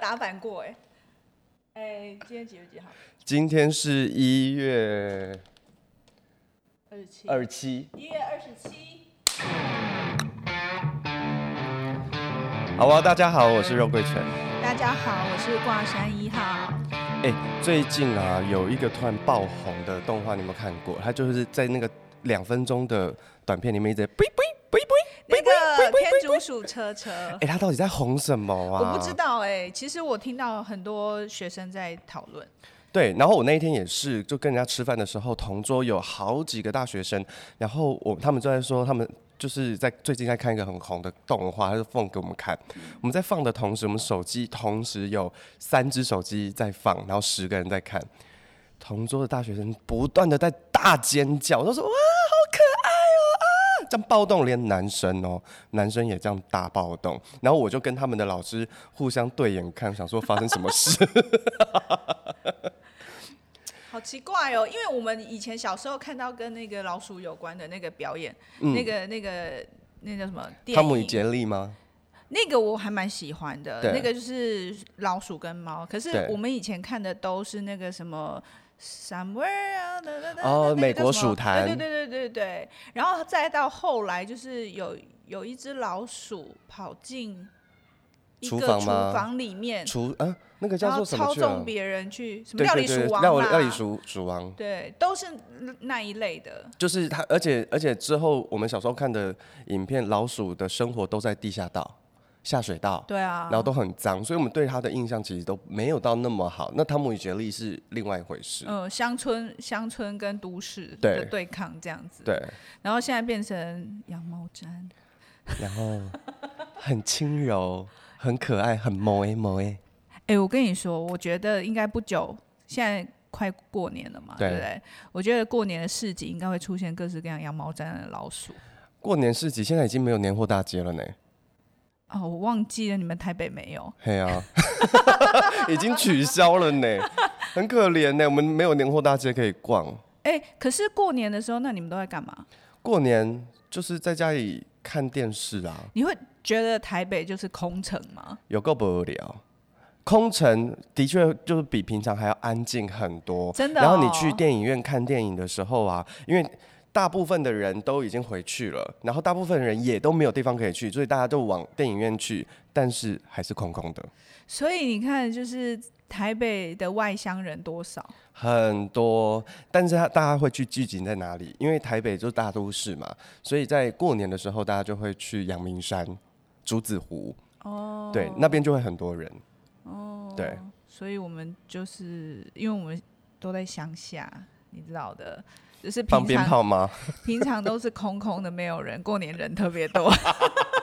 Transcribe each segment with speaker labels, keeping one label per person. Speaker 1: 打板过哎。哎、今天几月几号？
Speaker 2: 今天是一月
Speaker 1: 二十七。
Speaker 2: 二七，
Speaker 1: 一月二十七。
Speaker 2: 好啊，大家好，我是肉桂犬。
Speaker 1: 大家好，我是挂山一号。
Speaker 2: 哎、最近啊，有一个突然爆红的动画，你有没有看过？它就是在那个两分钟的短片里面一直在哔哔哔哔。
Speaker 1: 那个天竺鼠车车，
Speaker 2: 哎、它到底在红什么啊？
Speaker 1: 我不知。道哎、其实我听到很多学生在讨论，
Speaker 2: 对，然后我那一天也是，就跟人家吃饭的时候，同桌有好几个大学生，然后我他们就在说，他们就是在最近在看一个很红的动画，他就放给我们看。
Speaker 1: 嗯
Speaker 2: 我们在放的同时，我们手机同时有三只手机在放，然后十个人在看。同桌的大学生不断的在大尖叫，都说哇，好可爱哦啊！这样暴动，连男生哦，男生也这样大暴动。然后我就跟他们的老师互相对眼看，想说发生什么事。
Speaker 1: 好奇怪哦，因为我们以前小时候看到跟那个老鼠有关的那个表演，那个那个那叫什么 电
Speaker 2: 嗯汤姆与
Speaker 1: 影，
Speaker 2: 杰利吗？
Speaker 1: 那个我还蛮喜欢的，
Speaker 2: 对
Speaker 1: 那个就是老鼠跟猫。可是
Speaker 2: 对
Speaker 1: 我们以前看的都是那个什么。Somewhere 啊哒哒哒哒那个叫
Speaker 2: 哦美国
Speaker 1: 什么
Speaker 2: 鼠坛
Speaker 1: 对对对对对对。然后再到后来，就是有有一只老鼠跑进一
Speaker 2: 厨
Speaker 1: 个
Speaker 2: 房
Speaker 1: 厨
Speaker 2: 吗
Speaker 1: 房里面，
Speaker 2: 厨啊，那个
Speaker 1: 然
Speaker 2: 叫
Speaker 1: 后
Speaker 2: 做什么
Speaker 1: 操
Speaker 2: 去了
Speaker 1: 纵？别人去什么
Speaker 2: 对
Speaker 1: 料
Speaker 2: 对
Speaker 1: 理
Speaker 2: 对，
Speaker 1: 鼠王
Speaker 2: 料
Speaker 1: 啦
Speaker 2: 料理鼠鼠王，
Speaker 1: 对，都是那一类的。
Speaker 2: 就是他，而且而且之后我们小时候看的影片，老鼠的生活都在地下道、下水道，
Speaker 1: 对啊，
Speaker 2: 然后都很脏，所以我们对它的印象其实都没有到那么好。那汤姆与杰利是另外一回事，
Speaker 1: 嗯，乡村乡村跟都市
Speaker 2: 对
Speaker 1: 的对抗这样子。
Speaker 2: 对，
Speaker 1: 然后现在变成羊毛毡，
Speaker 2: 然后很轻柔，很可爱，很萌诶萌欸诶，
Speaker 1: 哎、我跟你说，我觉得应该不久，现在快过年了嘛，
Speaker 2: 对
Speaker 1: 对不对？我觉得过年的市集应该会出现各式各样羊毛毡的老鼠。
Speaker 2: 过年市集现在已经没有年货大街了呢，
Speaker 1: 哦，我忘记了，你们台北没有。
Speaker 2: 嘿啊， 已经取消了呢，很可怜呢，我们没有年货大街可以逛。
Speaker 1: 哎、可是过年的时候，那你们都在干嘛？
Speaker 2: 过年就是在家里看电视啊，
Speaker 1: 你会觉得台北就是空城吗？
Speaker 2: 有够不无聊。空城的确就是比平常还要安静很多，
Speaker 1: 真的哦
Speaker 2: 然后你去电影院看电影的时候啊，因为大部分的人都已经回去了，然后大部分人也都没有地方可以去，所以大家都往电影院去，但是还是空空的，
Speaker 1: 所以你看，就是台北的外乡人多少？
Speaker 2: 很多。但是他大家会去聚集在哪里？因为台北就是大都市嘛，所以在过年的时候，大家就会去阳明山、竹子湖，
Speaker 1: 哦，
Speaker 2: 对，那边就会很多人。
Speaker 1: 哦，
Speaker 2: 对，
Speaker 1: 所以我们就是因为我们都在乡下，你知道的，就是
Speaker 2: 放
Speaker 1: 平
Speaker 2: 鞭
Speaker 1: 常
Speaker 2: 炮吗？
Speaker 1: 平常都是空空的，没有人，过年人特别多，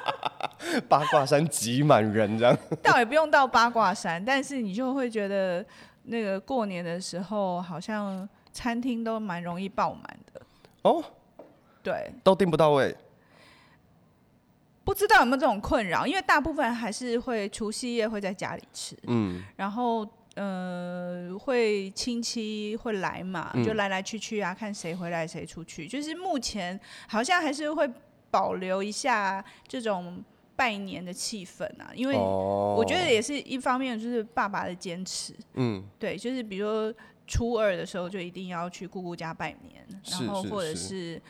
Speaker 2: 八卦山挤满人这样。
Speaker 1: 倒也不用到八卦山，但是你就会觉得那个过年的时候，好像餐厅都蛮容易爆满的。
Speaker 2: 哦，
Speaker 1: 对，
Speaker 2: 都订不到位。
Speaker 1: 不知道有没有这种困扰，因为大部分还是会除夕夜会在家里吃，
Speaker 2: 嗯，
Speaker 1: 然后呃，会亲戚会来嘛，
Speaker 2: 嗯
Speaker 1: 就来来去去啊，看谁回来谁出去。就是目前好像还是会保留一下这种拜年的气氛啊，因为
Speaker 2: 哦
Speaker 1: 我觉得，也是一方面，就是爸爸的坚持，
Speaker 2: 嗯，
Speaker 1: 对，就是比如说初二的时候就一定要去姑姑家拜年，
Speaker 2: 是
Speaker 1: 然后
Speaker 2: 是
Speaker 1: 或者
Speaker 2: 是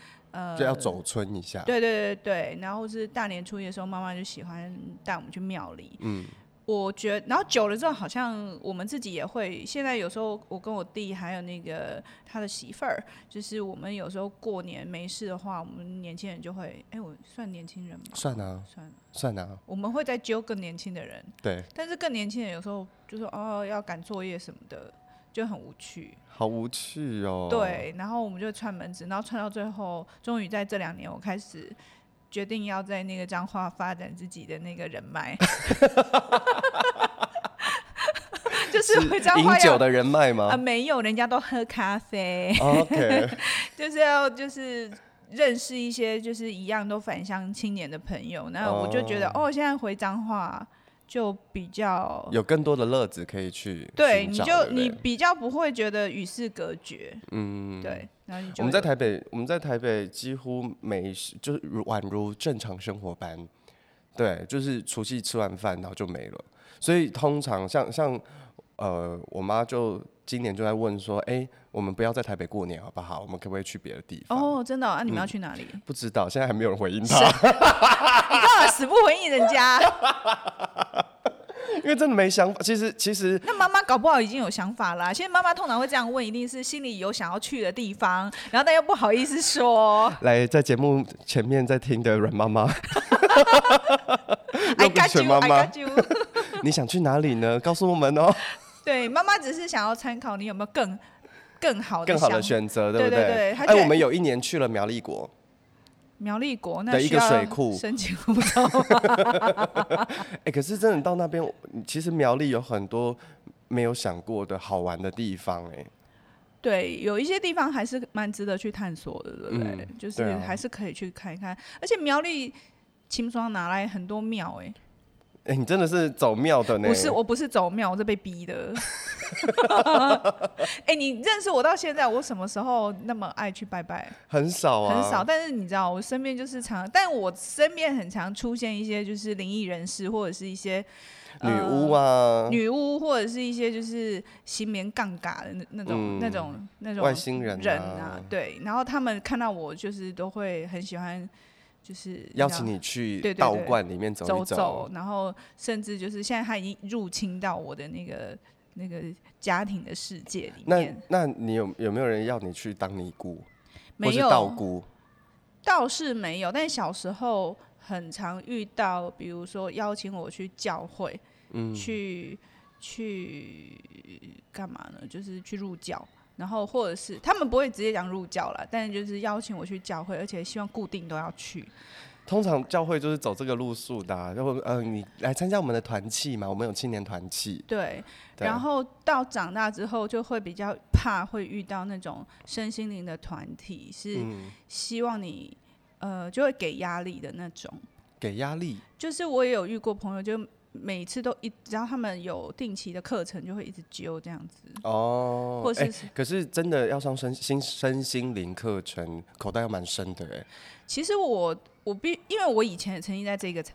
Speaker 1: 是
Speaker 2: 啊
Speaker 1: 呃，
Speaker 2: 就要走村一下。
Speaker 1: 对对对对，然后是大年初一的时候，妈妈就喜欢带我们去庙里。嗯，我觉得，然后久了之后，好像我们自己也会。现在有时候我跟我弟还有那个他的媳妇儿，就是我们有时候过年没事的话，我们年轻人就会，哎，我算年轻人吗？
Speaker 2: 算啊，
Speaker 1: 算了，
Speaker 2: 算啊，
Speaker 1: 我们会再揪更年轻的人，
Speaker 2: 对，
Speaker 1: 但是更年轻人有时候就说哦要赶作业什么的，就很无趣。
Speaker 2: 好无趣哦。，
Speaker 1: 对，然后我们就串门子，然后串到最后，终于在这两年，我开始决定要在那个彰化发展自己的那个人 脉， 就是回彰化
Speaker 2: 饮酒
Speaker 1: 要。
Speaker 2: 的人脉
Speaker 1: 啊、
Speaker 2: 吗
Speaker 1: 没有，人家都喝咖啡，
Speaker 2: ？OK，
Speaker 1: 就是要就是认识一些就是一样都返乡青年的朋友。那我就觉得，哦，现在回彰化就比较
Speaker 2: 有更多的乐子可以去寻找。
Speaker 1: 对，你就
Speaker 2: 对不对
Speaker 1: 你比较不会觉得与世隔绝，嗯，对，然后你就
Speaker 2: 我们在
Speaker 1: 有
Speaker 2: 台北，我们在台北几乎每就是如宛如正常生活般，对，就是除夕吃完饭然后就没了。所以通常像像呃，我妈就今年就在问说，哎、我们不要在台北过年好不好？我们可不可以去别的地方？
Speaker 1: 哦，真的哦、啊，你们要
Speaker 2: 嗯
Speaker 1: 去哪里？
Speaker 2: 不知道，现在还没有人回应她，
Speaker 1: 你干嘛死不回应人家？
Speaker 2: 因为真的没想法。其实其实
Speaker 1: 那妈妈搞不好已经有想法啦、现在妈妈通常会这样问，一定是心里有想要去的地方，然后但又不好意思说。
Speaker 2: 来在节目前面在听的阮妈妈，
Speaker 1: I
Speaker 2: 又不是
Speaker 1: got
Speaker 2: 全
Speaker 1: you,
Speaker 2: 妈
Speaker 1: I
Speaker 2: 妈
Speaker 1: got you。
Speaker 2: 你想去哪里呢？告诉我们哦，
Speaker 1: 对，妈妈只是想要参考你有没有更更好的
Speaker 2: 更好
Speaker 1: 想
Speaker 2: 的选择，不
Speaker 1: 对对对她
Speaker 2: 哎、
Speaker 1: 觉得
Speaker 2: 我们有一年去了苗栗国，
Speaker 1: 苗栗国那
Speaker 2: 的一
Speaker 1: 需
Speaker 2: 个
Speaker 1: 要
Speaker 2: 水库
Speaker 1: 申请 我不知道
Speaker 2: 哎、可是真的到那边，嗯其实苗栗有很多没有想过的好玩的地方、哎，
Speaker 1: 对，有一些地方还是蛮值得去探索的，对不对？
Speaker 2: 嗯
Speaker 1: 就是
Speaker 2: 对啊
Speaker 1: 还是可以去看一看，而且苗栗。清霜拿来很多庙哎、
Speaker 2: 哎、你真的是走庙的呢？
Speaker 1: 不是，我不是走庙，我是被逼的。 哎、你认识我到现在，我什么时候那么爱去拜拜？
Speaker 2: 很少啊，
Speaker 1: 很少，。但是你知道，我身边就是常，但我身边很常出现一些就是灵异人士，或者是一些
Speaker 2: 女
Speaker 1: 呃
Speaker 2: 巫啊，
Speaker 1: 女巫或者是一些就是新棉杠嘎的那那种、那
Speaker 2: 嗯
Speaker 1: 种那种
Speaker 2: 外星人
Speaker 1: 人
Speaker 2: 啊
Speaker 1: 啊，对，然后他们看到我就是都会很喜欢，就是
Speaker 2: 邀请
Speaker 1: 你
Speaker 2: 你去
Speaker 1: 对对
Speaker 2: 道
Speaker 1: 对
Speaker 2: 观里面
Speaker 1: 知
Speaker 2: 走
Speaker 1: 道
Speaker 2: 一
Speaker 1: 走走，然后甚至就是现在他已经入侵到我的那个那个家庭的世界里
Speaker 2: 那
Speaker 1: 面，
Speaker 2: 那你有有没有人要你去当尼姑或
Speaker 1: 没
Speaker 2: 是
Speaker 1: 有
Speaker 2: 道姑？
Speaker 1: 倒是没有，但小时候很常遇到，比如说邀请我去教会，
Speaker 2: 嗯
Speaker 1: 去去干嘛呢？就是去入教，然后或者是他们不会直接讲入教啦，但是就是邀请我去教会，而且希望固定都要去。
Speaker 2: 通常教会就是走这个路数的、啊，然后呃，你来参加我们的团契嘛，我们有青年团契。
Speaker 1: 对，
Speaker 2: 对
Speaker 1: 然后到长大之后就会比较怕会遇到那种身心灵的团体，是
Speaker 2: 嗯，
Speaker 1: 希望你呃就会给压力的那种。
Speaker 2: 给压力，
Speaker 1: 就是我也有遇过朋友，就每次都一只要他们有定期的课程，就会一直揪这样子，
Speaker 2: 哦，
Speaker 1: 或是、
Speaker 2: 哎可是真的要上身心身心灵课程，口袋要蛮深的哎、
Speaker 1: 其实我我必因为我以前也曾经在这个产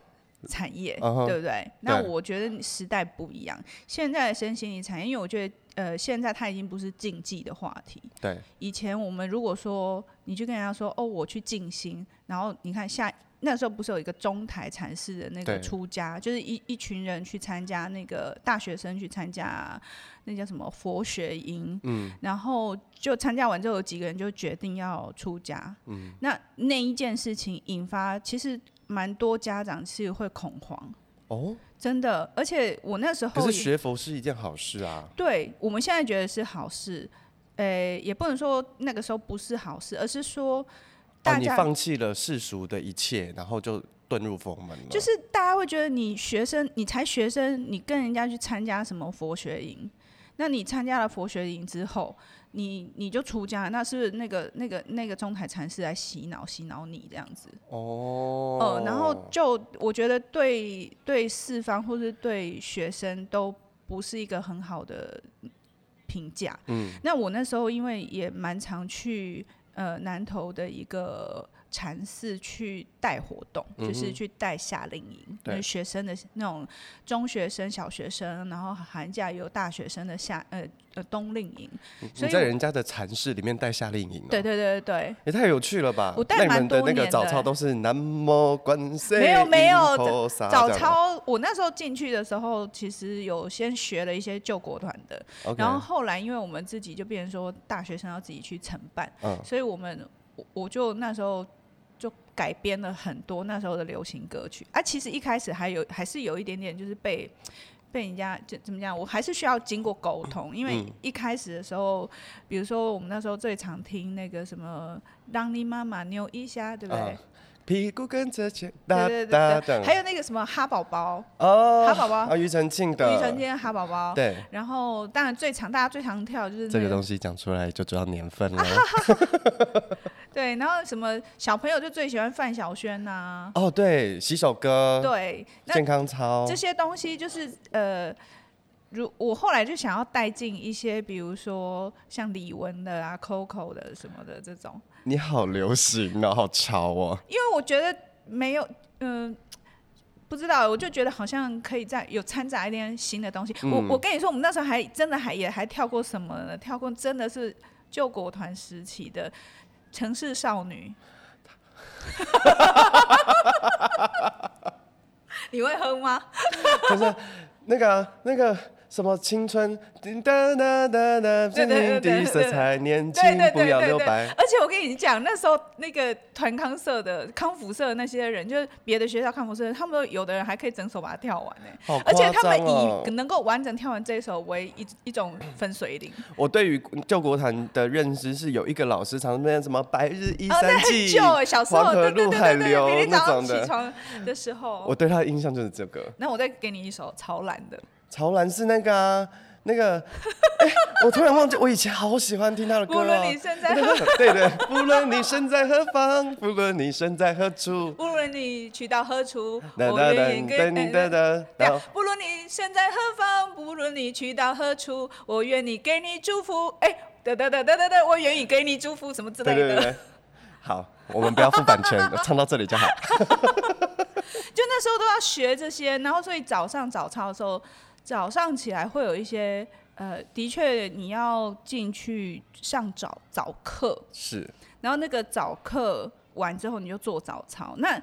Speaker 1: 产业
Speaker 2: 嗯哼
Speaker 1: 对不对？那
Speaker 2: 对
Speaker 1: 我觉得时代不一样，现在的身心灵产业，因为我觉得呃，现在它已经不是禁忌的话题。
Speaker 2: 对，
Speaker 1: 以前我们如果说你去跟人家说哦，我去静心，然后你看下那时候不是有一个中台禅师的那个
Speaker 2: 对
Speaker 1: 出家，就是一一群人去参加那个大学生去参加那叫什么佛学营，嗯，然后就参加完之后有几个人就决定要出家，嗯，那那一件事情引发其实蛮多家长是会恐慌，
Speaker 2: 哦，
Speaker 1: 真的，而且我那时候
Speaker 2: 可是
Speaker 1: 也
Speaker 2: 学佛是一件好事啊。
Speaker 1: 对我们现在觉得是好事，呃，也不能说那个时候不是好事，而是说
Speaker 2: 哦，
Speaker 1: 大
Speaker 2: 你
Speaker 1: 家、
Speaker 2: 放弃了世俗的一切，然后就遁入佛门了。
Speaker 1: 就是大家会觉得你学生，你才学生，你跟人家去参加什么佛学营，那你参加了佛学营之后，你你就出家，那是不是那个那个那个中台禅师来洗脑洗脑你这样子？
Speaker 2: 哦，
Speaker 1: 呃，然后就我觉得对对四方或是对学生都不是一个很好的评价。嗯，那我那时候因为也蛮常去呃南投的一个禅寺去带活动，就是去带夏令营，就
Speaker 2: 嗯对
Speaker 1: 是学生的那种中学生、小学生，然后寒假也有大学生的夏呃呃冬令营。所以
Speaker 2: 你在
Speaker 1: 我
Speaker 2: 人家的禅室里面带夏令营、哦，
Speaker 1: 对对对对
Speaker 2: 也太有趣了吧！
Speaker 1: 我带
Speaker 2: 那你
Speaker 1: 蛮
Speaker 2: 们的
Speaker 1: 多
Speaker 2: 那个
Speaker 1: 年
Speaker 2: 早
Speaker 1: 的
Speaker 2: 操都是南无观世
Speaker 1: 没有没有
Speaker 2: 音菩萨
Speaker 1: 对，
Speaker 2: 这
Speaker 1: 早
Speaker 2: 样吗
Speaker 1: 操我那时候进去的时候，其实有先学了一些救国团的，
Speaker 2: ，OK，
Speaker 1: 然后后来，因为我们自己就变成说大学生要自己去承办，
Speaker 2: 嗯
Speaker 1: 所以我们我我就那时候就改编了很多那时候的流行歌曲啊。其实一开始还有还是有一点点就是被被人家就怎么讲，我还是需要经过沟通，因
Speaker 2: 嗯
Speaker 1: 为一开始的时候，比如说我们那时候最常听那个什么让你妈妈扭一下，对不对
Speaker 2: 嗯？屁股跟着前哒
Speaker 1: 对对
Speaker 2: 哒
Speaker 1: 对
Speaker 2: 这
Speaker 1: 对，
Speaker 2: 样，
Speaker 1: 还有那个什么哈宝宝，
Speaker 2: 哦，
Speaker 1: 哈宝宝
Speaker 2: 啊，庾澄庆的，
Speaker 1: 庾澄庆的哈宝宝，
Speaker 2: 对。
Speaker 1: 然后当然最常大家最常跳的就是
Speaker 2: 这
Speaker 1: 那
Speaker 2: 个
Speaker 1: 个
Speaker 2: 东西讲出来就知道年份 了。
Speaker 1: 对，然后什么小朋友就最喜欢范晓萱呐、
Speaker 2: 哦，对，洗手歌，
Speaker 1: 对，那
Speaker 2: 健康操
Speaker 1: 这，些东西就是呃，如我后来就想要带进一些，比如说像李玟的啊、Coco 的什么的这种，
Speaker 2: 你啊好流行哦，好潮哦。
Speaker 1: 因为我觉得没有，嗯、不不知道，我就觉得好像可以再有掺杂一点新的东西。我我跟你说，我们那时候还真的还也还跳过什么呢？跳过真的是救国团时期的城市少女。你会哼吗？
Speaker 2: 就是那个啊那个什么青春，叮哒哒哒哒，
Speaker 1: 对
Speaker 2: 坚
Speaker 1: 对对
Speaker 2: 定
Speaker 1: 对
Speaker 2: 的色彩，年轻
Speaker 1: 对对
Speaker 2: 不
Speaker 1: 对
Speaker 2: 要
Speaker 1: 对
Speaker 2: 留
Speaker 1: 对，
Speaker 2: 白。
Speaker 1: 而且我跟你讲，那时候那个团康社的康复社的那些人，就是别的学校康复社，他们都有的人还可以整首把它跳完呢、
Speaker 2: 好夸
Speaker 1: 而且他
Speaker 2: 张
Speaker 1: 们
Speaker 2: 哦
Speaker 1: 以！能够完整跳完这一首为一一种分水岭，
Speaker 2: 我对于救国团的认知是有一个老师常那边什么白日依
Speaker 1: 啊，那
Speaker 2: 山
Speaker 1: 很
Speaker 2: 记
Speaker 1: 久，欸小时候，
Speaker 2: 黄河
Speaker 1: 对对
Speaker 2: 入
Speaker 1: 对
Speaker 2: 海
Speaker 1: 对对，
Speaker 2: 流
Speaker 1: 每天早
Speaker 2: 那
Speaker 1: 上
Speaker 2: 种
Speaker 1: 起
Speaker 2: 的，
Speaker 1: 床的时候
Speaker 2: 我，对他的印象就是这个。
Speaker 1: 那我再给你一首超懒的，
Speaker 2: 潮蓝是那个啊，那个，哎，我突然忘记，我以前好喜欢听他的歌
Speaker 1: 无
Speaker 2: 哦。
Speaker 1: 论你身在何，
Speaker 2: 对对，不论你身在何方，不论你身在何处，
Speaker 1: 无论你去到何处，
Speaker 2: 哒
Speaker 1: 我
Speaker 2: 哒哒
Speaker 1: 愿意
Speaker 2: 哒
Speaker 1: 跟。
Speaker 2: 哒哒
Speaker 1: 对
Speaker 2: 然
Speaker 1: 啊
Speaker 2: 后，
Speaker 1: 不论你身在何方，不论你去到何处，我愿你给你祝福。哎，得得得得得得，我愿意给你祝福，什么之类
Speaker 2: 对
Speaker 1: 的，
Speaker 2: 对对对，好，我们不要付版权， 唱到这里就好。
Speaker 1: 就那时候都要学这些，然后所以早上早操的时候，早上起来会有一些呃，的确你要进去上早早课，
Speaker 2: 是，
Speaker 1: 然后那个早课完之后，你就做早操。那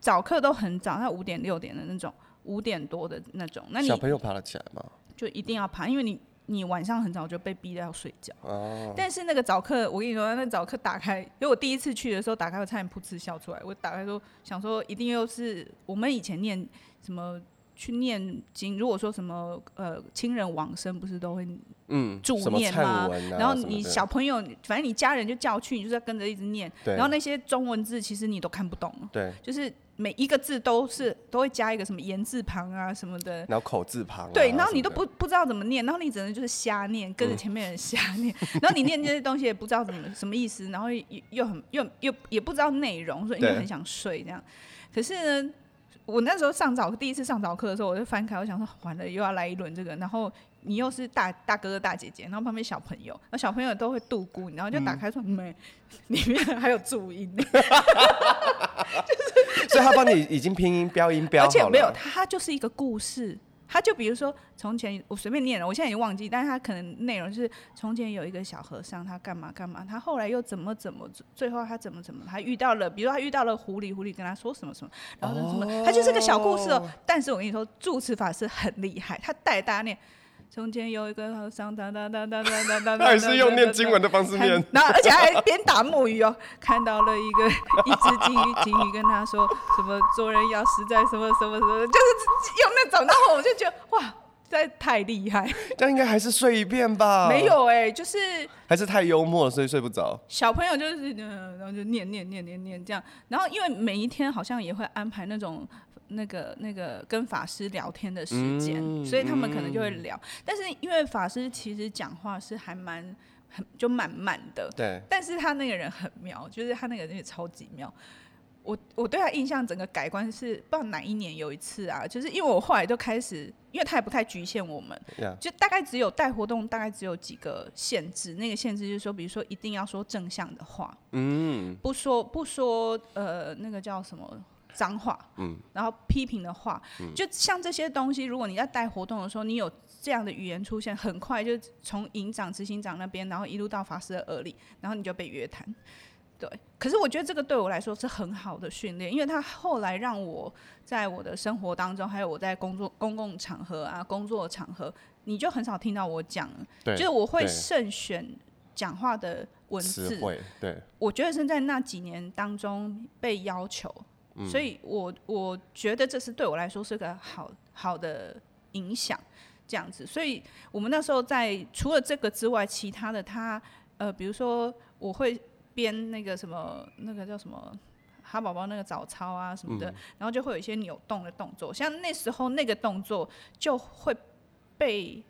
Speaker 1: 早课都很早，那五点六点的那种，五点多的那种，那你
Speaker 2: 小朋友爬得起来吗？
Speaker 1: 就一定要爬，因为你你晚上很早就被逼得要睡觉。
Speaker 2: 哦，
Speaker 1: 但是那个早课，我跟你说，那早课打开，因为我第一次去的时候打开，我差点噗嗤笑出来。我打开说，想说一定又是我们以前念什么去念经，如果说什么呃亲人往生，不是都会
Speaker 2: 嗯，
Speaker 1: 助
Speaker 2: 什么
Speaker 1: 念
Speaker 2: 忏
Speaker 1: 吗？
Speaker 2: 文啊，
Speaker 1: 然后
Speaker 2: 什么
Speaker 1: 你
Speaker 2: 的
Speaker 1: 小朋友，反正你家人就叫去，你就是要跟着一直念，
Speaker 2: 对
Speaker 1: 然后那些中文字其实你都看不懂，
Speaker 2: 对，
Speaker 1: 就是每一个字都是都会加一个什么言字旁啊什么的，
Speaker 2: 然后口字旁啊，
Speaker 1: 对，然后你
Speaker 2: 什
Speaker 1: 都
Speaker 2: 么
Speaker 1: 不不知道怎么念，然后你只能就是瞎念，跟着前面人瞎念，然后你念这些东西也不知道怎么什么意思，然后又又很又又也不知道内容，所以你就
Speaker 2: 对
Speaker 1: 很想睡这样。可是呢，我那时候上早第一次上早课的时候，我就翻开，我想说完了又要来一轮这个，然后你又是大大哥哥大姐姐，然后旁边小朋友，那小朋友都会度孤，然后就
Speaker 2: 嗯
Speaker 1: 打开说没，里面还有注音，
Speaker 2: 的，所以他帮你已经拼音标音标
Speaker 1: 而
Speaker 2: 好
Speaker 1: 且
Speaker 2: 了，
Speaker 1: 没有，它它就是一个故事。它就比如说，从前我随便念了，我现在已经忘记，但是它可能内容就是从前有一个小和尚，他干嘛干嘛，他后来又怎么怎么，最后他怎么怎么，他遇到了，比如说他遇到了狐狸，狐狸跟他说什么什么，然后什么，他就是个小故事哦
Speaker 2: 哦。
Speaker 1: 但是我跟你说，住持法师很厉害，他带大家念，从前有一个和尚，哒哒哒哒哒哒哒，
Speaker 2: 他也是用念经文的方式
Speaker 1: 看
Speaker 2: 念，
Speaker 1: 然后而且还边打木鱼哦， 看到了一个 一只金鱼，金鱼跟他说什么做人要实在，什么什么什么，就是用那种，然后我就觉得哇，实在太厉害。
Speaker 2: 这样应该还是睡一遍吧？
Speaker 1: 没，有哎、就是
Speaker 2: 还是太幽默了，所以睡不着。
Speaker 1: 小朋友就是嗯、然后就念念念念念这样，然后因为每一天好像也会安排那种。那个那个跟法师聊天的时间，
Speaker 2: 嗯
Speaker 1: 所以他们可能就会聊。但是因为法师其实讲话是还蛮很就蛮慢的，
Speaker 2: 对，
Speaker 1: 但是他那个人很妙，就是他那个人也超级妙。我我对他印象整个改观是不知道哪一年有一次啊，就是因为我后来就开始，因为他也不太局限我们，
Speaker 2: 呀，
Speaker 1: 就大概只有带活动，大概只有几个限制。那个限制就是说，比如说一定要说正向的话，
Speaker 2: 嗯，
Speaker 1: 不说不说呃那个叫什么脏话，嗯，然后批评的话，
Speaker 2: 嗯
Speaker 1: 就像这些东西，如果你在带活动的时候，你有这样的语言出现，很快就从营长、执行长那边，然后一路到法师的耳里，然后你就被约谈。对，可是我觉得这个对我来说是很好的训练，因为他后来让我在我的生活当中，还有我在工作公共场合啊、工作场合，你就很少听到我讲，
Speaker 2: 对，
Speaker 1: 就是我会
Speaker 2: 对
Speaker 1: 慎选讲话的文字
Speaker 2: 词，汇，对，
Speaker 1: 我觉得是在那几年当中被要求，所以我我觉得这是对我来说是个好好的影响，这样子。所以我们那时候在除了这个之外，其他的他呃，比如说我会编那个什么那个叫什么。哈宝宝那个早操啊什么的，然后就会有一些扭动的动作，像那时候那个动作就会被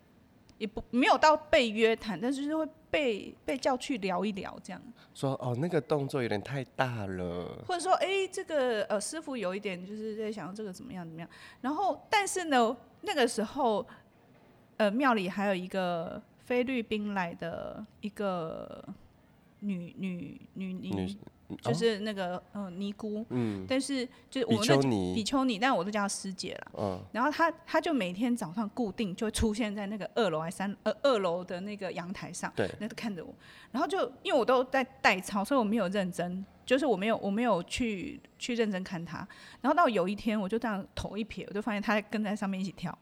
Speaker 1: 也不没有到被约谈，但是就是会被被叫去聊一聊这样。
Speaker 2: 说哦，那个动作有点太大了，
Speaker 1: 或者说，哎、这个呃，师傅有一点就是在想这个怎么样怎么样。然后，但是呢，那个时候，呃，庙里还有一个菲律宾来的一个女女女尼
Speaker 2: 女哦
Speaker 1: 就是那个嗯、呃尼姑，
Speaker 2: 嗯，
Speaker 1: 但是就是我
Speaker 2: 比
Speaker 1: 们
Speaker 2: 丘
Speaker 1: 那比
Speaker 2: 尼，
Speaker 1: 丘尼，但我都叫她师姐了。
Speaker 2: 嗯，
Speaker 1: 然后她她就每天早上固定就会出现在那个二楼还三呃二楼的那个阳台上，
Speaker 2: 对，
Speaker 1: 那就看着我，然后就因为我都在代操，所以我没有认真，就是我没有我没有去去认真看他。然后到有一天，我就这样头一撇，我就发现他在跟在上面一起跳。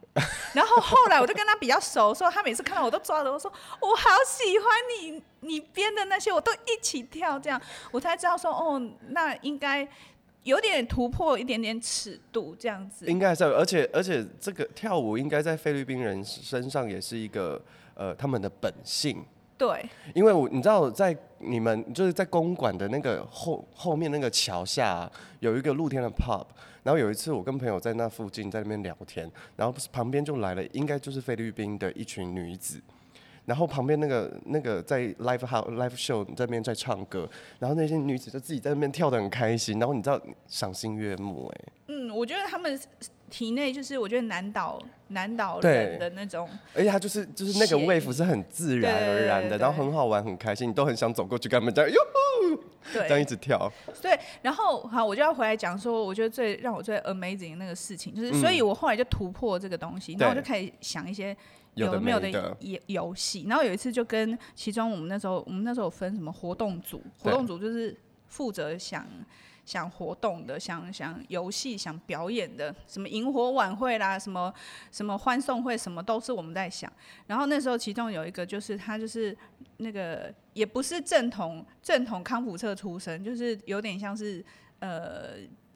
Speaker 1: 然后后来我就跟他比较熟，说他每次看到我都抓着我说我好喜欢你，你编的那些我都一起跳，这样我才知道说哦，那应该有点突破一点点尺度这样子。
Speaker 2: 应该是，而且而且这个跳舞应该在菲律宾人身上也是一个呃他们的本性，
Speaker 1: 对，
Speaker 2: 因为我你知道在你们就是在公馆的那个后后面那个桥下啊、有一个露天的 pub，然后有一次我跟朋友在那附近在那边聊天，然后旁边就来了应该就是菲律宾的一群女子。然后旁边那个那个在 live house live show 这边在唱歌，然后那些女子就自己在那边跳得很开心，然后你知道赏心悦目哎、
Speaker 1: 嗯，我觉得他们体内就是我觉得南岛南岛
Speaker 2: 对
Speaker 1: 人的那种。
Speaker 2: 而且它就是就是那个
Speaker 1: 写意
Speaker 2: wave 是很自然而然
Speaker 1: 对对对
Speaker 2: 的，
Speaker 1: 对
Speaker 2: 然后很好玩很开心，你都很想走过去跟他们这样哟这样
Speaker 1: 对
Speaker 2: 一直跳，
Speaker 1: 对，然后好，我就要回来讲说，我觉得最让我最 amazing 的那个事情，就是、所以我后来就突破这个东西，然后我就
Speaker 2: 嗯对
Speaker 1: 开始想一些
Speaker 2: 有
Speaker 1: 有
Speaker 2: 的
Speaker 1: 没有
Speaker 2: 没的
Speaker 1: 的游游戏，然后有一次就跟其中我们那时候我们那时候有分什么活动组，活
Speaker 2: 对
Speaker 1: 动组就是负责想。想活动的，想想游戏，想表演的，什么萤火晚会啦，什么什么欢送会，什么都是我们在想。然后那时候其中有一个就是他就是那个也不是正统正统康复社出身，就是有点像是呃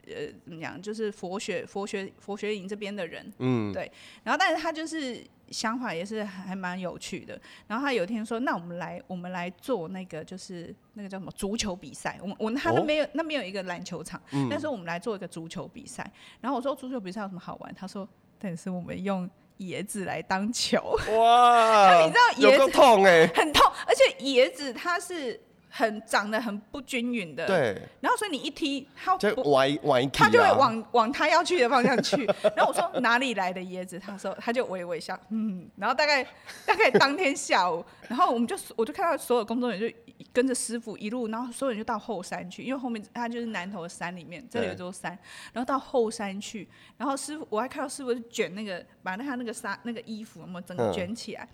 Speaker 1: 呃怎么讲，就是佛学佛学佛学营这边的人，
Speaker 2: 嗯
Speaker 1: 对，然后，但是他就是想法也是还还蛮有趣的。然后他有一天说：“那我们来，我们来做那个就是那个叫什么足球比赛。我们我们他
Speaker 2: 哦嗯
Speaker 1: 那边有、那边有一个篮球场，但是我们来做一个足球比赛。然后我说足球比赛有什么好玩？他说：但是我们用椰子来当球，
Speaker 2: 哇，
Speaker 1: 哎你知道
Speaker 2: 有
Speaker 1: 椰
Speaker 2: 够
Speaker 1: 子
Speaker 2: 痛哎、
Speaker 1: 很痛，而且椰子它是很长得很不均匀的，。
Speaker 2: 对，
Speaker 1: 然后所以你一踢它
Speaker 2: 就
Speaker 1: 呃不
Speaker 2: 玩玩一踢啊
Speaker 1: 他就会往 往他要去的方向去。然后我说哪里来的椰子？他说他就微微笑，嗯。然后大概 大概当天下午，然后我们就我就看到所有工作人员就跟着师傅一路，然后所有人就到后山去，因为后面他就是南头的山里面，这里有
Speaker 2: 对
Speaker 1: 座山，然后到后山去，然后师傅我还看到师傅就卷那个把那他那个纱那个衣服，我们整个
Speaker 2: 嗯
Speaker 1: 卷起来。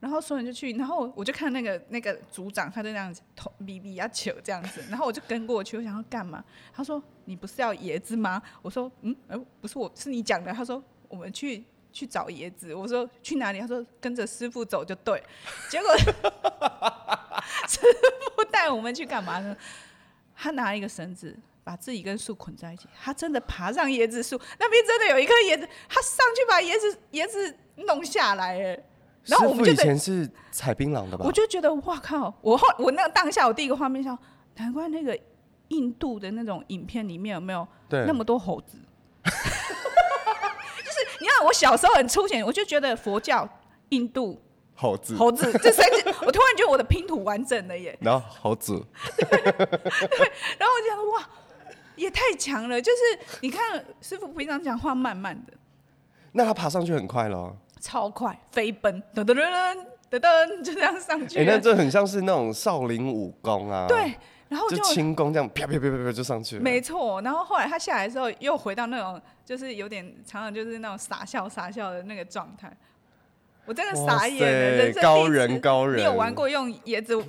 Speaker 1: 然后所有人就去，然后我就看那个那个组长，他就那样子头比比要球这样子，然后我就跟过去，我想要干嘛？他说你不是要椰子吗？我说嗯，呃，不是我是你讲的。他说我们去去找椰子。我说去哪里？他说跟着师傅走就对。结果 师傅带我们去干嘛呢？他拿一个绳子。把自己跟树捆在一起，他真的爬上椰子树，那边真的有一棵椰子，他上去把椰子椰子弄下来，哎，然后我们
Speaker 2: 师
Speaker 1: 就
Speaker 2: 傅以
Speaker 1: 在
Speaker 2: 前是踩槟榔的吧
Speaker 1: 我？就觉得哇靠！我后我那个当下，我第一个画面想，难怪那个印度的那种影片里面有没有
Speaker 2: 对
Speaker 1: 那么多猴子？就是你看，我小时候很粗浅，我就觉得佛教、印度、
Speaker 2: 猴子，
Speaker 1: 猴子这三件，我突然觉得我的拼图完整了耶。
Speaker 2: 然后猴子，
Speaker 1: 然后我就想，哇，也太强了！就是你看师傅平常讲话慢慢的，
Speaker 2: 那他爬上去很快咯。
Speaker 1: 超快，飞奔，噔噔噔噔噔噔，就这样上去
Speaker 2: 哎、那
Speaker 1: 了。
Speaker 2: 这很像是那种少林武功啊，，
Speaker 1: 对，然后
Speaker 2: 就
Speaker 1: 就
Speaker 2: 轻功这样啪啪啪啪啪就上去了。
Speaker 1: 没错，然后后来他下来之后，又回到那种就是有点常常就是那种傻笑傻笑的那个状态，我真的傻眼
Speaker 2: 哇
Speaker 1: 了，
Speaker 2: 塞
Speaker 1: 人生
Speaker 2: 高
Speaker 1: 第一次
Speaker 2: 人高人
Speaker 1: 你有玩过用椰子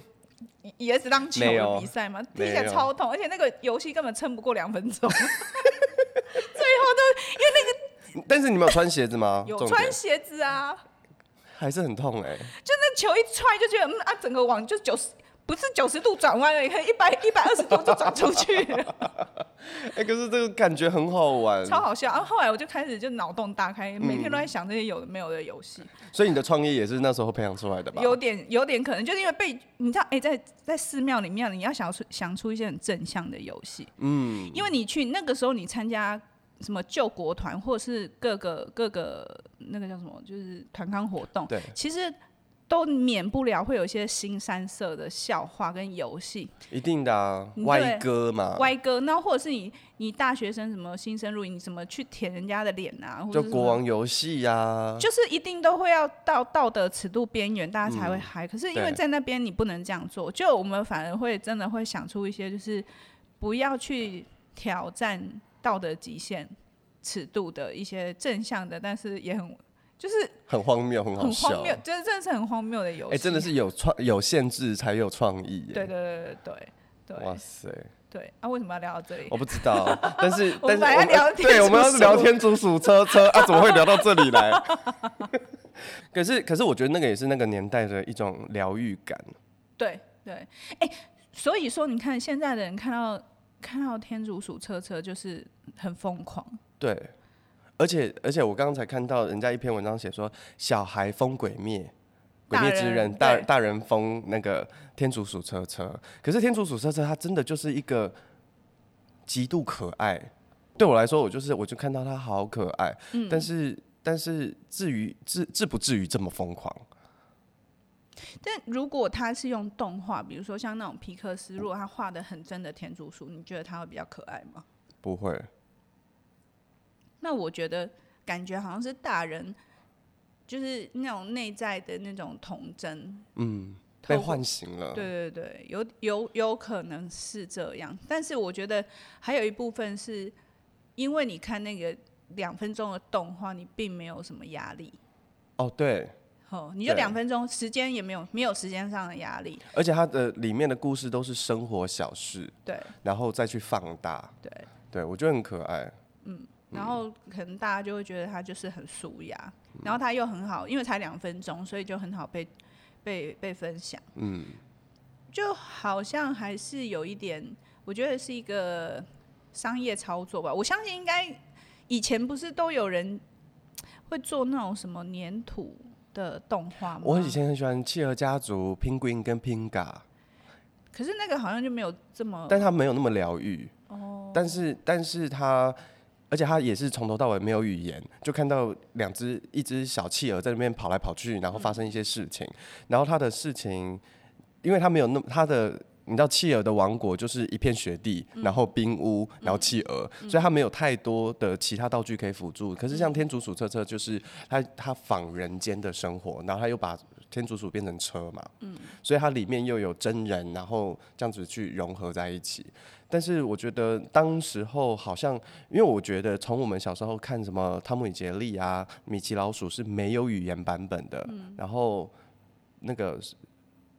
Speaker 1: 椰子当球
Speaker 2: 没
Speaker 1: 的
Speaker 2: 有
Speaker 1: 比赛吗？
Speaker 2: 没
Speaker 1: 踢
Speaker 2: 有
Speaker 1: 起来超痛，而且那个游戏根本撑不过两分 钟，最后都
Speaker 2: 但是你们有穿鞋子吗？
Speaker 1: 有
Speaker 2: 重点
Speaker 1: 穿鞋子啊，
Speaker 2: 还是很痛哎、
Speaker 1: 就那球一踹就觉得嗯啊，整个网就九十。不是九十度转弯而已，可以一百一百二十度就转出 去了。
Speaker 2: 哎、可是这个感觉很好玩，
Speaker 1: 超好笑。然后啊后来我就开始就脑洞大开，每天都在想这些有的没有的游戏，
Speaker 2: 所以你的创意也是那时候培养出来的吧？
Speaker 1: 有点有点可能就是因为被你知道，哎、在在寺庙里面，你要想出想出一些很正向的游戏，
Speaker 2: 嗯，
Speaker 1: 因为你去那个时候你参加。什么救国团，或者是各个各个那个叫什么，就是团康活动，
Speaker 2: 对
Speaker 1: 其实都免不了会有一些新三色的笑话跟游戏、
Speaker 2: 一定的啊，
Speaker 1: 嗯对
Speaker 2: 歪歌嘛，
Speaker 1: 歪歌，那或者是你你大学生什么新生入营，什么去舔人家的脸啊，或者
Speaker 2: 就是
Speaker 1: 什
Speaker 2: 国
Speaker 1: 么
Speaker 2: 王游戏啊呀，
Speaker 1: 就是一定都会要到道德尺度边缘，大家才会嗨、可是因为
Speaker 2: 嗯对
Speaker 1: 在那边你不能这样做，就我们反而会真的会想出一些，就是不要去挑战道德极限尺度的一些正向的，但是也很就是
Speaker 2: 很荒谬，很好
Speaker 1: 很荒
Speaker 2: 笑。
Speaker 1: 谬，就是真的是很荒谬的游戏。
Speaker 2: 哎，真的是有创有限制才有创意耶。
Speaker 1: 对，对对对对
Speaker 2: 哇
Speaker 1: 对
Speaker 2: 塞，
Speaker 1: 对啊！为什么要聊到这里
Speaker 2: 我？不知道， 但 是
Speaker 1: 我
Speaker 2: 但
Speaker 1: 们本来
Speaker 2: 是
Speaker 1: 要聊天
Speaker 2: 对，我们
Speaker 1: 竺
Speaker 2: 要
Speaker 1: 鼠
Speaker 2: 是聊天竺鼠车车啊，怎么会聊到这里 来？可是可是我觉得那个也是那个年代的一种疗愈感。
Speaker 1: 对对，哎、所以说你看现在的人看到看到天竺鼠车车就是很疯狂。
Speaker 2: 对，而且而且我刚刚才看到人家一篇文章写说，小孩疯鬼灭，鬼灭之刃，
Speaker 1: 大
Speaker 2: 大
Speaker 1: 人对
Speaker 2: 大人疯那个天竺鼠车车。可是天竺鼠车车它真的就是一个极度可爱，对我来说，我就是我就看到它好可爱，
Speaker 1: 嗯
Speaker 2: 但是但是至于至至不至于这么疯狂，
Speaker 1: 但如果他是用动画，比如说像那种皮克斯，如果他画的很真的天竺鼠，你觉得他会比较可爱吗？
Speaker 2: 不会。
Speaker 1: 那我觉得感觉好像是大人，就是那种内在的那种童真。
Speaker 2: 嗯，
Speaker 1: 透
Speaker 2: 被
Speaker 1: 过
Speaker 2: 唤醒了。
Speaker 1: 对对对，有有有可能是这样，但是我觉得还有一部分是因为你看那个两分钟的动画，你并没有什么压力。
Speaker 2: 哦，对，
Speaker 1: 哦，你就
Speaker 2: 对
Speaker 1: 两分钟，时间也没有没有时间上的压力，
Speaker 2: 而且它的里面的故事都是生活小事，
Speaker 1: 对
Speaker 2: 然后再去放大。
Speaker 1: 对。
Speaker 2: 对，我觉得很可爱。嗯
Speaker 1: 然后可能大家就会觉得他就是很舒压，
Speaker 2: 嗯
Speaker 1: 然后他又很好，因为才两分钟，所以就很好被被被分享。嗯，就好像还是有一点，我觉得是一个商业操作吧。我相信应该以前不是都有人会做那种什么粘土的动画吗？
Speaker 2: 我以前很喜欢《企鹅家族》《Penguin》跟《Pinga》，
Speaker 1: 可是那个好像就没有这么
Speaker 2: 但它没有那么疗愈。哦。但是，但是它，而且它也是从头到尾没有语言，就看到两只一只小企鹅在那边跑来跑去，然后发生一些事情。然后它的事情，因为它没有那么它的。你知道企鹅的王国就是一片雪地，然后冰屋，然后企鹅，所以它没有太多的其他道具可以辅助。可是像天竺鼠车车，就是它它仿人间的生活，然后它又把天竺鼠变成车嘛，所以它里面又有真人，然后这样子去融合在一起。但是我觉得当时候好像，因为我觉得从我们小时候看什么《汤姆与杰利》啊，《米奇老鼠》是没有语言版本的，然后那个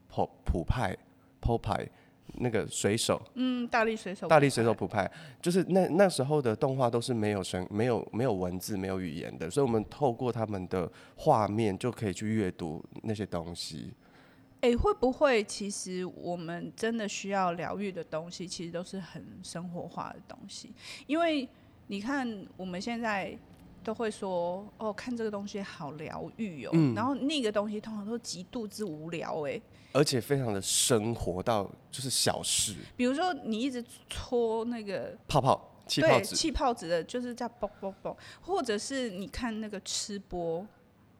Speaker 2: 普普派、普派那个水手，
Speaker 1: 嗯大力水手
Speaker 2: 大力水手普派，就是那那时候的动画都是没有声、没有没有文字、没有语言的，所以我们透过他们的画面就可以去阅读那些东西。
Speaker 1: 哎、会不会其实我们真的需要疗愈的东西，其实都是很生活化的东西？因为你看我们现在都会说，哦，看这个东西好疗愈哦，
Speaker 2: 嗯
Speaker 1: 然后那个东西通常都极度之无聊哎、
Speaker 2: 而且非常的生活到就是小事，
Speaker 1: 比如说你一直搓那个
Speaker 2: 泡泡、气泡
Speaker 1: 对
Speaker 2: 纸
Speaker 1: 气泡纸的，就是在嘣嘣嘣，或者是你看那个吃播，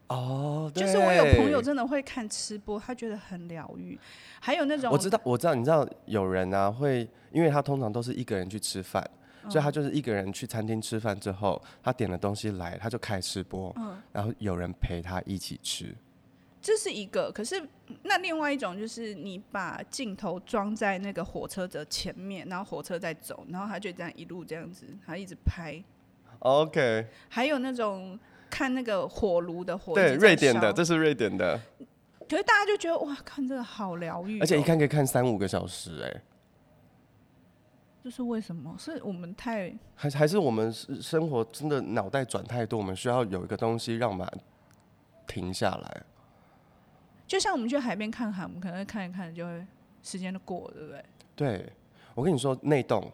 Speaker 2: 哦，
Speaker 1: 就是我有朋友
Speaker 2: 对。
Speaker 1: 真的会看吃播，他觉得很疗愈，还有那种
Speaker 2: 我知道，我知道，你知道有人啊会，因为他通常都是一个人去吃饭，
Speaker 1: 嗯
Speaker 2: 所以他就是一个人去餐厅吃饭之后，他点了东西来，他就开吃播，
Speaker 1: 嗯
Speaker 2: 然后有人陪他一起吃，
Speaker 1: 这是一个，可是嗯那另外一种就是你把镜头装在那个火车的前面，然后火车在走，然后他就这样一路这样子，他一直拍。
Speaker 2: OK，
Speaker 1: 还有那种看那个火炉的火，
Speaker 2: 对，
Speaker 1: 一直在
Speaker 2: 瑞典的，
Speaker 1: 烧
Speaker 2: 这是瑞典的，
Speaker 1: 可是大家就觉得哇，看这个好疗愈哦、
Speaker 2: 而且一看可以看三五个小时、哎，
Speaker 1: 这是为什么？是我们太
Speaker 2: 还还是我们是生活真的脑袋转太多，我们需要有一个东西让我们停下来。
Speaker 1: 就像我们去海边看海，我们可能看一看就会时间就过了，对不对？
Speaker 2: 对，我跟你说，内洞，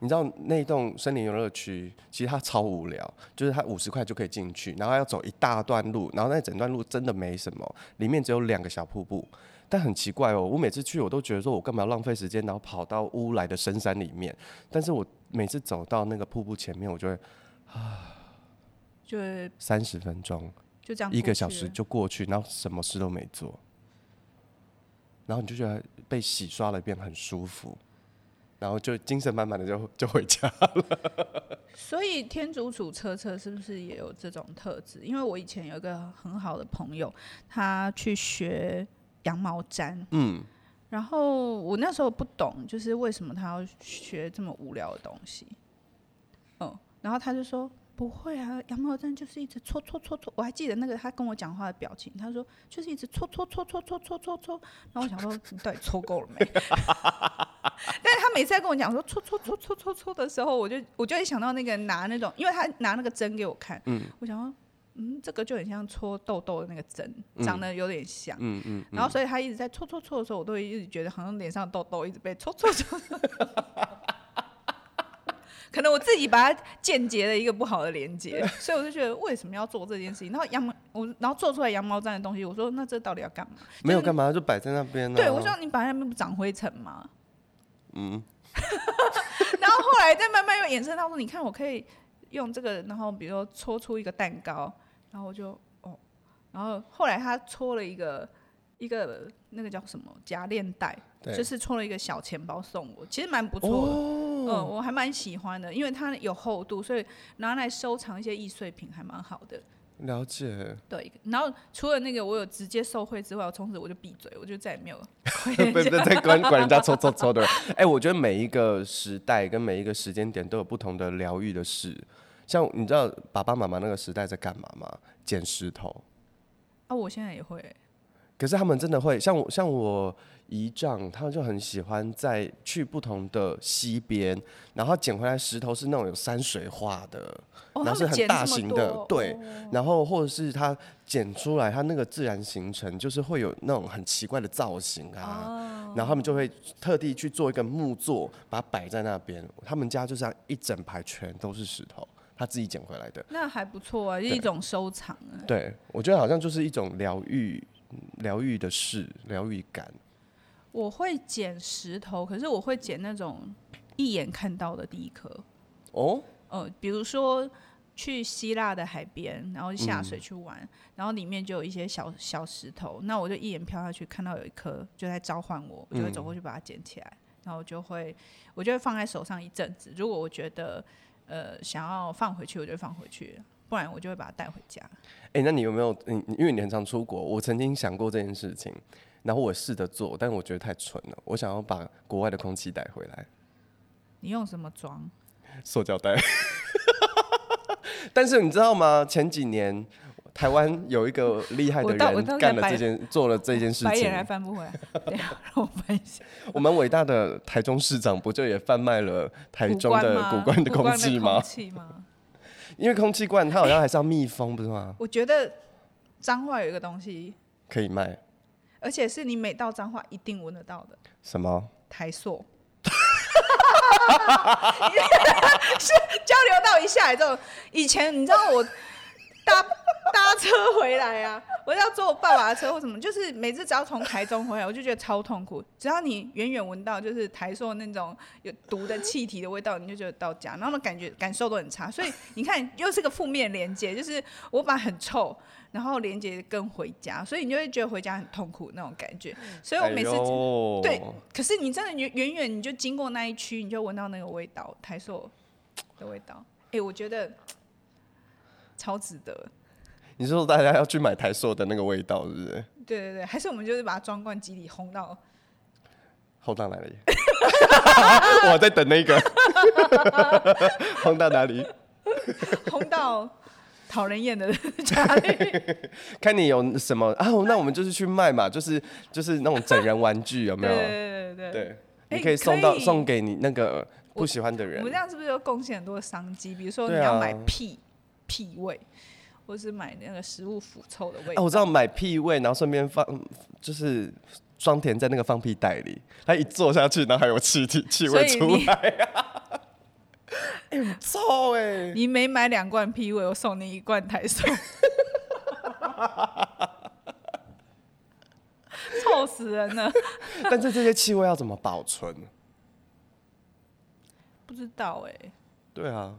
Speaker 2: 你知道内洞森林游乐区其实它超无聊，就是它五十块就可以进去，然后要走一大段路，然后那整段路真的没什么，里面只有两个小瀑布。但很奇怪哦，我每次去我都觉得说我干嘛要浪费时间，然后跑到乌来的深山里面。但是我每次走到那个瀑布前面，我就会
Speaker 1: 就会
Speaker 2: 三十分钟、
Speaker 1: 就这样
Speaker 2: 一
Speaker 1: 过
Speaker 2: 个小
Speaker 1: 去
Speaker 2: 时
Speaker 1: 了
Speaker 2: 就过去，然后什么事都没做，然后你就觉得被洗刷了一遍，很舒服，然后就精神满满的就就回 家。
Speaker 1: 所以天竺鼠车车是不是也有这种特质？因为我以前有一个很好的朋友，他去学羊毛毡，嗯，然后我那时候不懂，就是为什么他要学这么无聊的东西，嗯，然后他就说。不会啊，羊毛毡就是一直搓搓搓搓，我还记得那个他跟我讲话的表情，他说就是一直搓搓搓搓搓搓搓搓，然后我想说嗯你到底搓够了没？但是他每次在跟我讲说搓搓搓搓搓搓的时候，我就我就会想到那个拿那种，因为他拿那个针给我看，我想说，嗯，这个就很像搓痘痘的那个针，长得有点像，
Speaker 2: 嗯嗯，
Speaker 1: 然后所以他一直在搓搓搓的时候，我都会一直觉得好像脸上的痘痘一直被搓搓搓。可能我自己把它间接了一个不好的连接，所以我就觉得为什么要做这件事情？然后羊毛，我然后做出来羊毛毡的东西，我说那这到底要干嘛？
Speaker 2: 没有干嘛，就摆在那边、啊。
Speaker 1: 对，我说你把那边不长灰尘吗？嗯。 然后后来再慢慢又衍生到说，你看我可以用这个，然后比如说搓出一个蛋糕，然后我就哦，然后后来他搓了一个一个那个叫什么夹链袋，
Speaker 2: 对
Speaker 1: 就是搓了一个小钱包送我，其实蛮不错的。嗯，
Speaker 2: 哦，
Speaker 1: 我还蛮喜欢的，因为它有厚度，所以拿来收藏一些易碎品还蛮好的。
Speaker 2: 了解，
Speaker 1: 对，然后除了那个我有直接受贿之外，我从此我就闭嘴，我就再也没有亏
Speaker 2: 不
Speaker 1: 人
Speaker 2: 不
Speaker 1: 家
Speaker 2: 在管管人家抽抽抽的人。哎、我觉得每一个时代跟每一个时间点都有不同的疗愈的事。像你知道爸爸妈妈那个时代在干嘛吗？捡石头。
Speaker 1: 啊，我现在也会欸、
Speaker 2: 可是他们真的会，像我像我姨丈，他就很喜欢在去不同的溪边，然后捡回来石头是那种有山水画的，
Speaker 1: 哦，
Speaker 2: 然后
Speaker 1: 他
Speaker 2: 是
Speaker 1: 们
Speaker 2: 很
Speaker 1: 剪
Speaker 2: 大
Speaker 1: 这么
Speaker 2: 型
Speaker 1: 多
Speaker 2: 的，对
Speaker 1: 哦。
Speaker 2: 然后或者是它剪出来，它那个自然形成就是会有那种很奇怪的造型
Speaker 1: 哦
Speaker 2: 啊。然后他们就会特地去做一个木座，把它摆在那边。他们家就这样一整排全都是石头，他自己捡回来的。
Speaker 1: 那还不错啊，是一种收藏啊。
Speaker 2: 对，我觉得好像就是一种疗愈、疗愈的事，疗愈感。
Speaker 1: 我会捡石头，可是我会捡那种一眼看到的第一颗，
Speaker 2: 哦，
Speaker 1: 呃，比如说去希腊的海边，然后
Speaker 2: 嗯
Speaker 1: 下水去玩，然后里面就有一些小小石头，那我就一眼飘下去，看到有一颗就在召唤我，我就会走过
Speaker 2: 嗯
Speaker 1: 去把它捡起来，然后我就会我就会放在手上一阵子，如果我觉得呃想要放回去，我就放回去，不然我就会把它带回家。
Speaker 2: 哎、那你有没有？你你因为你很常出国，我曾经想过这件事情，然后我试着做，但我觉得太蠢了。我想要把国外的空气带回来，
Speaker 1: 你用什么装？
Speaker 2: 塑胶袋。 但是你知道吗？前几年台湾有一个厉害的
Speaker 1: 我到我
Speaker 2: 人
Speaker 1: 到
Speaker 2: 干
Speaker 1: 在
Speaker 2: 了
Speaker 1: 白
Speaker 2: 这件，做了这件事
Speaker 1: 白眼
Speaker 2: 情。
Speaker 1: 还翻不回来， 等一下让我翻一 下。
Speaker 2: 我们伟大的台中市长不就也贩卖了台
Speaker 1: 古
Speaker 2: 中
Speaker 1: 关
Speaker 2: 的
Speaker 1: 吗？
Speaker 2: 古关的空气吗
Speaker 1: 空？气吗？
Speaker 2: 因为空气罐它好像还是要密封，不是吗？
Speaker 1: 我觉得脏话有一个东西，
Speaker 2: 可以卖
Speaker 1: 而且是你每到脏话一定闻得到的
Speaker 2: 什么？
Speaker 1: 台塑。 是交流到一下来之后，以前你知道我搭搭车回来啊，我要坐我爸爸的车或什么，就是每次只要从台中回来，我就觉得超痛苦。只要你远远闻到就是台塑那种有毒的气体的味道，你就觉得到家，然后呢感觉感受都很差。所以你看，又是个负面连接，就是我把很臭，然后连接跟回家，所以你就会觉得回家很痛苦那种感觉。所以我每次、
Speaker 2: 哎呦
Speaker 1: 对，可是你真的远远远你就经过那一区，你就闻到那个味道，台塑的味道。哎、我觉得超值得。
Speaker 2: 你说大家要去买台塑的那个味道，是不是？
Speaker 1: 对对对，还是我们就是把它装罐机里烘到。
Speaker 2: 后大来了耶！ 我还在等那个 荒大哪里？
Speaker 1: 轰到讨人厌的家里。
Speaker 2: 看你有什么啊？那我们就是去卖嘛，就是就是那种整人玩具，有 没
Speaker 1: 对
Speaker 2: 有？
Speaker 1: 对对对对。
Speaker 2: 对，
Speaker 1: 哎
Speaker 2: 你可以送到
Speaker 1: 可以
Speaker 2: 送给你那个不喜欢的
Speaker 1: 我
Speaker 2: 人
Speaker 1: 们这。样是不是就贡献很多商机？比如说你
Speaker 2: 对啊
Speaker 1: 要买屁、屁味，或是买那个食物腐臭的味
Speaker 2: 啊，
Speaker 1: 道。
Speaker 2: 我知道买屁味，然后顺便放，就是双填在那个放屁袋里，它一坐下去，然后还有气体气味
Speaker 1: 所以
Speaker 2: 出
Speaker 1: 你
Speaker 2: 来啊！哎、很臭哎、
Speaker 1: 你每买两罐屁味，我送你一罐台塑。臭死人了！
Speaker 2: 但是这些气味要怎么保存？
Speaker 1: 不知道哎、
Speaker 2: 对啊，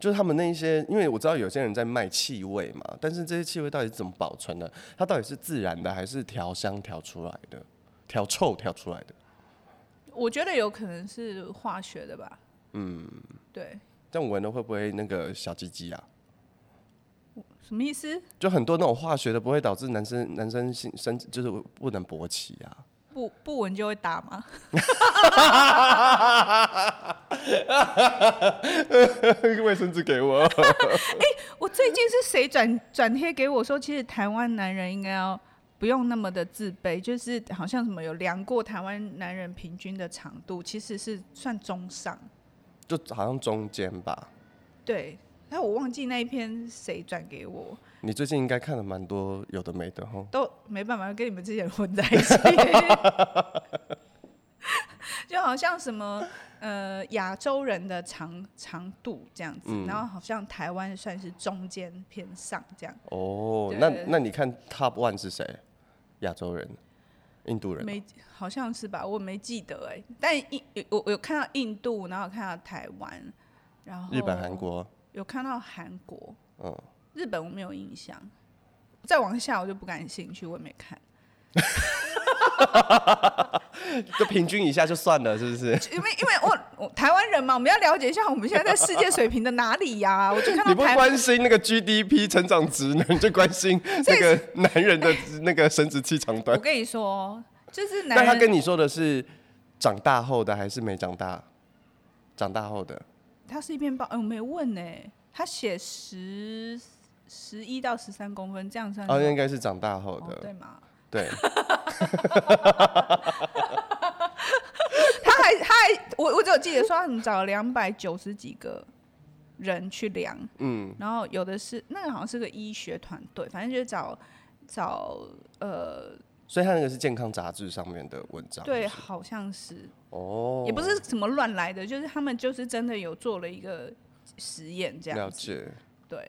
Speaker 2: 就是他们那一些，因为我知道有些人在卖气味嘛，但是这些气味到底是怎么保存的？它到底是自然的还是调香调出来的？调臭调出来的？
Speaker 1: 我觉得有可能是化学的吧。嗯，对，
Speaker 2: 这样闻了会不会那个小鸡鸡啊？
Speaker 1: 什么意思？
Speaker 2: 就很多那种化学的不会导致男生男生性生就是不能勃起啊。
Speaker 1: 不不闻就会打吗？
Speaker 2: 卫生纸给我。
Speaker 1: 我最近是谁转转贴给我说，其实台湾男人应该要不用那么的自卑，就是好像什么有量过台湾男人平均的长度，其实是算中上。
Speaker 2: 就好像中间吧。
Speaker 1: 对，但我忘记那一篇谁转给我，
Speaker 2: 你最近应该看了蛮多有的没的哈。
Speaker 1: 都没办法跟你们之前混在一起。 就好像什么呃亚洲人的长长度这样子，
Speaker 2: 嗯
Speaker 1: 然后好像台湾算是中间偏上这样，
Speaker 2: 哦、
Speaker 1: 对
Speaker 2: 那那你看 Top One 是谁？亚洲人、印度人。
Speaker 1: 没好像是吧？我没记得哎、但印我我有看到印度，然后有看到台湾，然后
Speaker 2: 日本、韩国，
Speaker 1: 有看到韩国，
Speaker 2: 嗯，
Speaker 1: 日本我没有印象。再往下我就不感兴趣，我也没看，
Speaker 2: 就平均一下就算了，是不是？
Speaker 1: 因为因为我我台湾人嘛，我们要了解一下我们现在在世界水平的哪里呀、 我就看
Speaker 2: 你
Speaker 1: 到
Speaker 2: 不
Speaker 1: 台湾，
Speaker 2: 关心那个 GDP 成长值呢，你就关心那个男人的那个生殖器长
Speaker 1: 我
Speaker 2: 短。
Speaker 1: 跟你说，就是男
Speaker 2: 那
Speaker 1: 人
Speaker 2: 他跟你说的是长大后的还是没长大？长大后的，
Speaker 1: 它是一篇报，哎、我没问呢、他写十十一到十三公分，这样算
Speaker 2: 哦，那应
Speaker 1: 是
Speaker 2: 该是长大后
Speaker 1: 哦对
Speaker 2: 的，
Speaker 1: 吗？
Speaker 2: 对，
Speaker 1: 他还他还我我只有记得说他们找两百九十几个人去量，
Speaker 2: 嗯，
Speaker 1: 然后有的是那个好像是个医学团队，反正就是找找呃
Speaker 2: 所以他那个是健康杂志上面的文章，
Speaker 1: 对，好像是
Speaker 2: 哦，
Speaker 1: 也不是什么乱来的，就是他们就是真的有做了一个实验这
Speaker 2: 了
Speaker 1: 样子，
Speaker 2: 解。
Speaker 1: 对，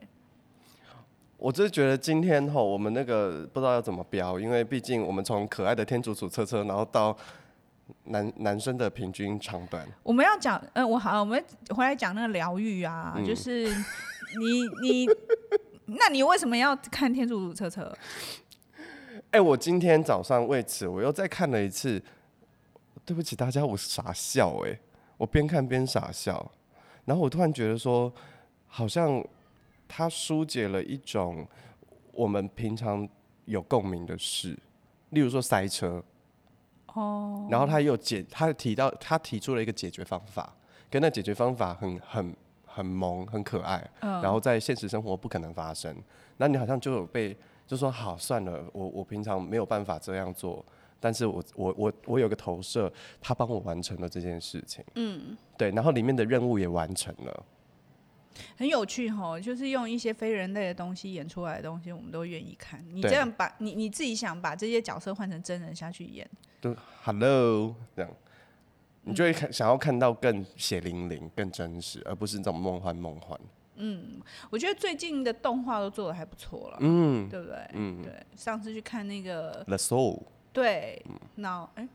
Speaker 2: 我就是觉得今天吼，我们那个不知道要怎么标，因为毕竟我们从可爱的天竺鼠车车，然后到男男生的平均长短，
Speaker 1: 我们要讲，嗯、我好，我们回来讲那个疗愈啊，
Speaker 2: 嗯
Speaker 1: 就是你你，那你为什么要看《天竺鼠车车》？
Speaker 2: 哎、我今天早上为此我又再看了一次，对不起大家，我傻笑哎、我边看边傻笑，然后我突然觉得说，好像它疏解了一种我们平常有共鸣的事，例如说塞车，哦，然后他又解，他提到他提出了一个解决方法，跟那解决方法很很很萌，很可爱，然后在现实生活不可能发生，那你好像就有被。就说好算了，我我平常没有办法这样做，但是我我我我有个投射，他帮我完成了这件事情，嗯，对，然后里面的任务也完成了，
Speaker 1: 很有趣吼，就是用一些非人类的东西演出来的东西，我们都愿意看。你
Speaker 2: 对
Speaker 1: 这样把你你自己想把这些角色换成真人下去演，
Speaker 2: 就 hello 这样，你就会看想要看到更血淋淋、更真实，而不是这种梦幻梦幻。
Speaker 1: 我觉得最近的动画都做的还不错了，嗯，对不对？
Speaker 2: 嗯
Speaker 1: 对，上次去看那个
Speaker 2: The soul
Speaker 1: 对脑哎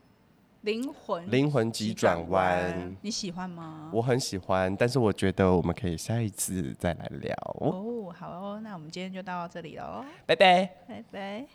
Speaker 1: 灵魂
Speaker 2: 灵魂急转弯，，
Speaker 1: 你喜欢吗？
Speaker 2: 我很喜欢，但是我觉得我们可以下一次再来聊，
Speaker 1: 哦，好哦，那我们今天就到这里喽，
Speaker 2: 拜拜。
Speaker 1: 拜拜。